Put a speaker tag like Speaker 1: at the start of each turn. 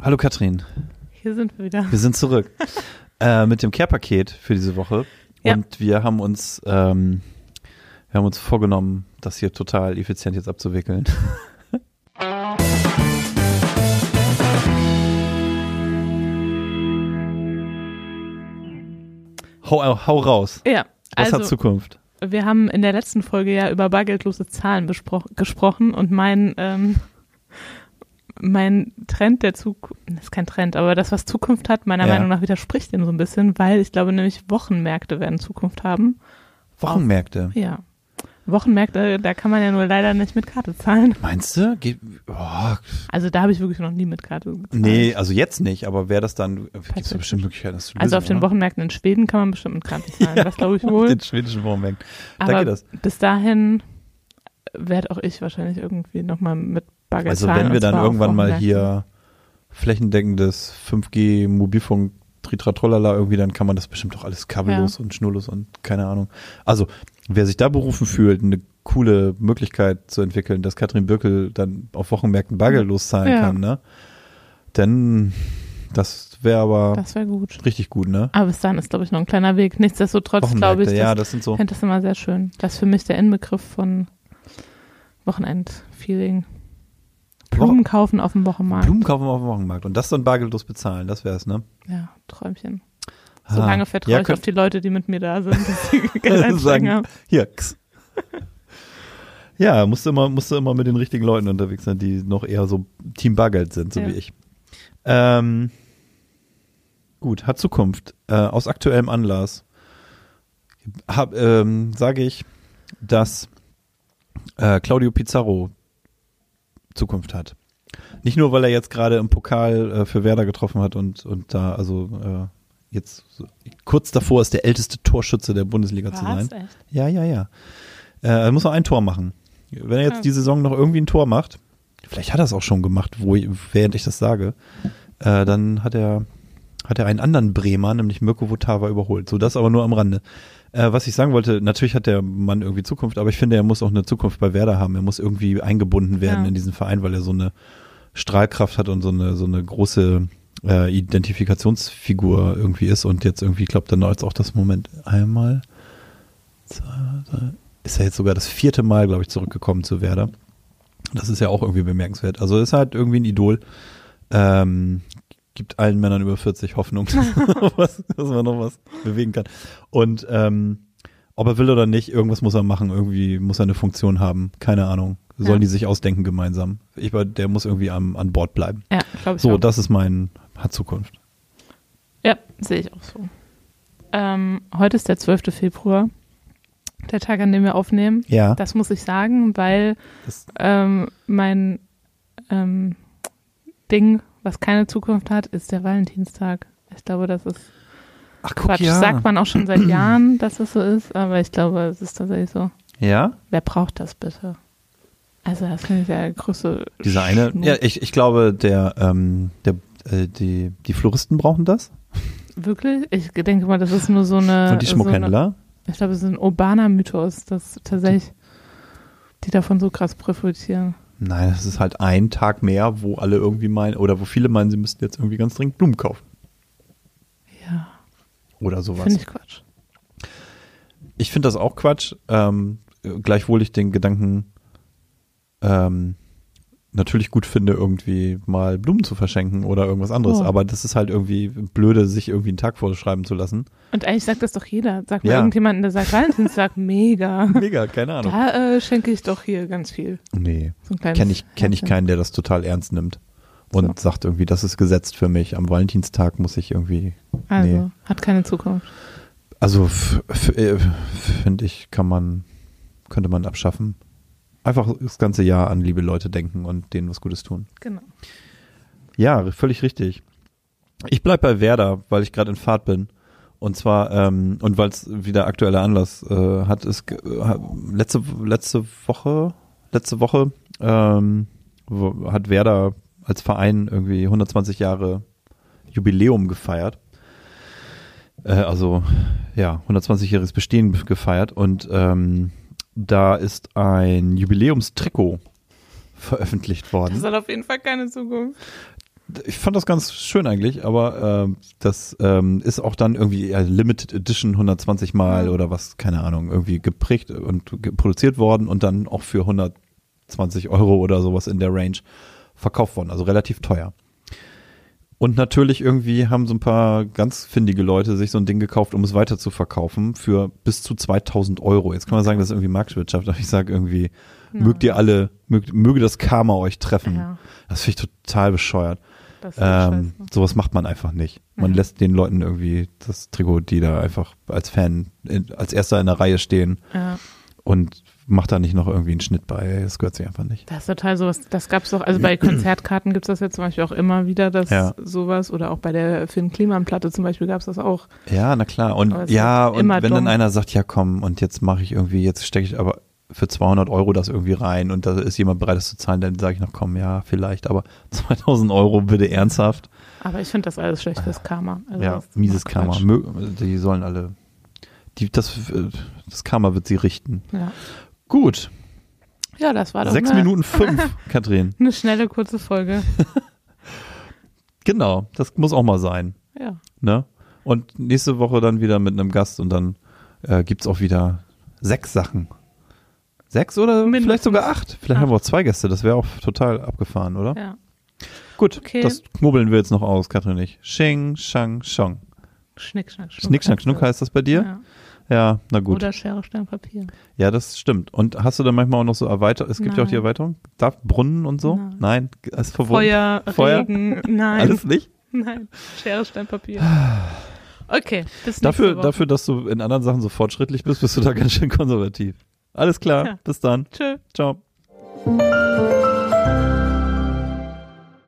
Speaker 1: Hallo Katrin,
Speaker 2: Hier sind wir wieder.
Speaker 1: wir sind zurück äh, mit dem Care-Paket für diese Woche.
Speaker 2: Ja.
Speaker 1: Und wir haben uns, ähm, wir haben uns vorgenommen, das hier total effizient jetzt abzuwickeln. hau, hau raus.
Speaker 2: Ja,
Speaker 1: Was hat
Speaker 2: also
Speaker 1: Zukunft?
Speaker 2: wir haben in der letzten Folge ja über bargeldlose Zahlen besprochen, gesprochen und mein, ähm, mein Trend der Zukunft, das ist kein Trend, aber das, was Zukunft hat, meiner
Speaker 1: Ja.
Speaker 2: Meinung nach widerspricht dem so ein bisschen, weil ich glaube nämlich Wochenmärkte werden Zukunft haben.
Speaker 1: Wochenmärkte.
Speaker 2: Ja. Wochenmärkte, da kann man ja nur leider nicht mit Karte zahlen.
Speaker 1: Meinst du? Geht, oh,
Speaker 2: Also da habe ich wirklich noch nie mit Karte gezahlt.
Speaker 1: nee, also jetzt nicht, aber wäre das dann, gibt es
Speaker 2: Perfekt.
Speaker 1: bestimmt Möglichkeiten, das zu lösen,
Speaker 2: Äh. Also auf den
Speaker 1: oder?
Speaker 2: Wochenmärkten in Schweden kann man bestimmt mit Karte zahlen, das glaube ich wohl.
Speaker 1: Den schwedischen Wochenmärkten. Da
Speaker 2: Aber
Speaker 1: geht das.
Speaker 2: bis dahin werde auch ich wahrscheinlich irgendwie nochmal mit Bargeld
Speaker 1: Also
Speaker 2: zahlen,
Speaker 1: wenn wir
Speaker 2: und
Speaker 1: dann
Speaker 2: zwar auf
Speaker 1: irgendwann mal
Speaker 2: Wochenmärkten.
Speaker 1: hier flächendeckendes 5G Mobilfunk Tritratrollala irgendwie, dann kann man das bestimmt doch alles kabellos und schnurlos und keine Ahnung. Also wer sich da berufen fühlt, eine coole Möglichkeit zu entwickeln, dass Katrin Birkel dann auf Wochenmärkten bargeldlos zahlen
Speaker 2: Ja.
Speaker 1: kann, ne? Denn das wäre aber
Speaker 2: Das wäre gut.
Speaker 1: richtig gut, ne?
Speaker 2: Aber bis dahin ist, glaube ich, noch ein kleiner Weg. Nichtsdestotrotz glaube ich,
Speaker 1: Wochenmärkte, ja,
Speaker 2: das,
Speaker 1: das sind so.
Speaker 2: fände das immer sehr schön. Das ist für mich der Inbegriff von Wochenendfeeling. Blumen kaufen auf dem Wochenmarkt.
Speaker 1: Blumen kaufen wir auf dem Wochenmarkt und das dann bargeldlos bezahlen, das wär's, ne?
Speaker 2: Ja, Träumchen. So
Speaker 1: Ah.
Speaker 2: lange vertraue
Speaker 1: Ja,
Speaker 2: ich
Speaker 1: könnt-
Speaker 2: auf die Leute, die mit mir da sind, dass sie Geld einstecken
Speaker 1: Sagen,
Speaker 2: haben.
Speaker 1: Hier. X. Ja, musst du, immer, musst du immer mit den richtigen Leuten unterwegs sein, die noch eher so Team Bargeld sind, so
Speaker 2: Ja.
Speaker 1: wie ich. Ähm, gut, hat Zukunft. Äh, aus aktuellem Anlass hab, ähm, sage ich, dass äh, Claudio Pizarro Zukunft hat. Nicht nur, weil er jetzt gerade im Pokal äh, für Werder getroffen hat und, und da, also äh, jetzt so, kurz davor ist der älteste Torschütze der Bundesliga zu sein.
Speaker 2: Was? Echt?
Speaker 1: Ja, ja, ja. Äh, er muss noch ein Tor machen. Wenn er jetzt
Speaker 2: Ah.
Speaker 1: die Saison noch irgendwie ein Tor macht, vielleicht hat er es auch schon gemacht, wo, ich- während ich das sage, äh, dann hat er, hat er einen anderen Bremer, nämlich Mirko Votava, überholt. So das aber nur am Rande. Äh, was ich sagen wollte, natürlich hat der Mann irgendwie Zukunft, aber ich finde, er muss auch eine Zukunft bei Werder haben. Er muss irgendwie eingebunden werden
Speaker 2: Ja.
Speaker 1: in diesen Verein, weil er so eine Strahlkraft hat und so eine, so eine große äh, Identifikationsfigur irgendwie ist. Und jetzt irgendwie klappt dann jetzt auch das Moment einmal ist ja jetzt sogar das vierte Mal, glaube ich, zurückgekommen zu Werder. Das ist ja auch irgendwie bemerkenswert. Also ist halt irgendwie ein Idol. Ähm, gibt allen Männern über 40 Hoffnung, was, dass man noch was bewegen kann. Und ähm, ob er will oder nicht, irgendwas muss er machen. Irgendwie muss er eine Funktion haben. Keine Ahnung. Sollen
Speaker 2: Ja.
Speaker 1: die sich ausdenken gemeinsam. Ich, war- der muss irgendwie am, an Bord bleiben.
Speaker 2: Ja, glaube ich
Speaker 1: So,
Speaker 2: auch.
Speaker 1: das ist mein, hat Zukunft.
Speaker 2: Ja, sehe ich auch so. Ähm, heute ist der 12. Februar, der Tag, an dem wir aufnehmen.
Speaker 1: Ja,
Speaker 2: Das muss ich sagen, weil
Speaker 1: das,
Speaker 2: ähm, mein ähm, Ding, was keine Zukunft hat, ist der Valentinstag. Ich glaube, das ist
Speaker 1: ach guck,
Speaker 2: Quatsch.
Speaker 1: ja.
Speaker 2: Sagt man auch schon seit Jahren, dass es so ist, aber ich glaube, es ist tatsächlich so.
Speaker 1: ja?
Speaker 2: Wer braucht das bitte? Also, das finde ich der größte.
Speaker 1: Dieser eine,
Speaker 2: Schnur.
Speaker 1: ja, ich, ich glaube, der, ähm, der, äh, die, die Floristen brauchen das
Speaker 2: Wirklich? Ich denke mal, das ist nur Äh, so eine.
Speaker 1: und die
Speaker 2: So eine,
Speaker 1: Schmuckhändler.
Speaker 2: ich glaube, es ist ein urbaner Mythos, dass tatsächlich die davon so krass profitieren.
Speaker 1: Nein, das ist halt ein Tag mehr, wo alle irgendwie meinen, oder wo viele meinen, sie müssten jetzt irgendwie ganz dringend Blumen kaufen
Speaker 2: Ja,
Speaker 1: oder sowas.
Speaker 2: finde ich Quatsch.
Speaker 1: Ich finde das auch Quatsch. Ähm, gleichwohl ich den Gedanken ähm, natürlich gut finde, irgendwie mal Blumen zu verschenken oder irgendwas anderes.
Speaker 2: Oh.
Speaker 1: Aber das ist halt irgendwie blöde, sich irgendwie einen Tag vorschreiben zu lassen.
Speaker 2: Und eigentlich sagt das doch jeder. Sagt mal
Speaker 1: Ja.
Speaker 2: irgendjemanden, der sagt Valentinstag, mega.
Speaker 1: Mega, keine Ahnung.
Speaker 2: Da äh, schenke ich doch hier ganz viel.
Speaker 1: Nee.
Speaker 2: So ein kleines
Speaker 1: kenne ich, kenn ich
Speaker 2: Herzchen.
Speaker 1: keinen, der das total ernst nimmt und sagt irgendwie, das ist gesetzt für mich. Am Valentinstag muss ich irgendwie.
Speaker 2: Also,
Speaker 1: Nee.
Speaker 2: hat keine Zukunft.
Speaker 1: Also f- f- äh, finde ich, kann man, könnte man abschaffen. Einfach das ganze Jahr an liebe Leute denken und denen was Gutes tun.
Speaker 2: Genau.
Speaker 1: Ja, völlig richtig. Ich bleib bei Werder, weil ich gerade in Fahrt bin. Und zwar, ähm, und weil es wieder aktueller Anlass äh, hat, ist ge- äh, letzte, letzte Woche, letzte Woche ähm, wo, hat Werder als Verein irgendwie 120 Jahre Jubiläum gefeiert. Äh, also, ja, 120-jähriges Bestehen gefeiert. Und ähm, da ist ein Jubiläumstrikot veröffentlicht worden.
Speaker 2: Das hat auf jeden Fall keine Zukunft.
Speaker 1: ich fand das ganz schön eigentlich, aber ähm, das ähm, ist auch dann irgendwie ja, Limited Edition 120 Mal oder was, keine Ahnung, irgendwie geprägt und ge- produziert worden und dann auch für 120 Euro oder sowas in der Range verkauft worden, also relativ teuer. Und natürlich irgendwie haben so ein paar ganz findige Leute sich so ein Ding gekauft, um es weiter zu verkaufen für bis zu 2000 Euro. Jetzt kann man sagen, das ist irgendwie Marktwirtschaft, aber ich sage irgendwie, mögt ihr alle, mögt, möge das Karma euch treffen.
Speaker 2: Ja,
Speaker 1: Das finde ich total bescheuert.
Speaker 2: das ist
Speaker 1: Mhm. Ähm,
Speaker 2: scheiße.
Speaker 1: sowas macht man einfach nicht. Man
Speaker 2: Mhm.
Speaker 1: lässt den Leuten irgendwie das Trikot, die da einfach als Fan, in, als erster in der Reihe stehen
Speaker 2: Ja,
Speaker 1: und macht da nicht noch irgendwie einen Schnitt bei. Das gehört sich einfach nicht.
Speaker 2: das ist total sowas, das gab's doch, also bei Konzertkarten gibt's das ja zum Beispiel auch immer wieder, dass
Speaker 1: Ja.
Speaker 2: sowas, oder auch bei der Finn Kliman-Platte zum Beispiel gab's das auch.
Speaker 1: Ja, na klar. Und
Speaker 2: Aber es
Speaker 1: ja,
Speaker 2: wird
Speaker 1: und
Speaker 2: immer
Speaker 1: wenn dann
Speaker 2: dumm.
Speaker 1: einer sagt, ja komm, und jetzt mache ich irgendwie, jetzt stecke ich aber für 200 Euro das irgendwie rein und da ist jemand bereit, das zu zahlen, dann sage ich noch, komm, ja, vielleicht, aber 2000 Euro bitte ernsthaft.
Speaker 2: Aber ich finde das alles schlecht fürs Karma. Also
Speaker 1: ja,
Speaker 2: das ist
Speaker 1: mieses
Speaker 2: Quatsch.
Speaker 1: Karma. Mö- Die sollen alle, die, das, das Karma wird sie richten.
Speaker 2: Ja.
Speaker 1: Gut.
Speaker 2: ja, das war doch
Speaker 1: Sechs
Speaker 2: eine,
Speaker 1: Minuten fünf, Katrin.
Speaker 2: eine schnelle, kurze Folge.
Speaker 1: Genau, das muss auch mal sein.
Speaker 2: Ja,
Speaker 1: Ne? Und nächste Woche dann wieder mit einem Gast und dann äh, gibt's auch wieder sechs Sachen. Sechs oder
Speaker 2: Mindestens.
Speaker 1: vielleicht sogar acht. Vielleicht
Speaker 2: Acht.
Speaker 1: haben wir auch zwei Gäste, das wäre auch total abgefahren, oder?
Speaker 2: ja.
Speaker 1: Gut,
Speaker 2: Okay.
Speaker 1: das knobeln wir jetzt noch aus, Katrin nicht. Shing, Shang, Shong.
Speaker 2: Schnick, schnack, schnuck.
Speaker 1: Schnick, Schnack, Schnuck heißt das bei dir?
Speaker 2: Ja.
Speaker 1: Ja, na gut.
Speaker 2: Oder Schere, Stein, Papier.
Speaker 1: Ja, das stimmt. Und hast du dann manchmal auch noch so Erweiterung? Es gibt ja auch die
Speaker 2: Nein.
Speaker 1: Erweiterung. Darf Brunnen und so?
Speaker 2: Nein.
Speaker 1: Nein, ist verboten.
Speaker 2: Feuer,
Speaker 1: Feuer?
Speaker 2: Regen, nein,
Speaker 1: Alles nicht?
Speaker 2: nein. Schere, Stein, Papier. Okay, bis
Speaker 1: Dafür,
Speaker 2: nächste Woche.
Speaker 1: dafür, dass du in anderen Sachen so fortschrittlich bist, bist du da ganz schön konservativ. Alles klar,
Speaker 2: Ja.
Speaker 1: bis dann.
Speaker 2: Tschö.
Speaker 1: Ciao.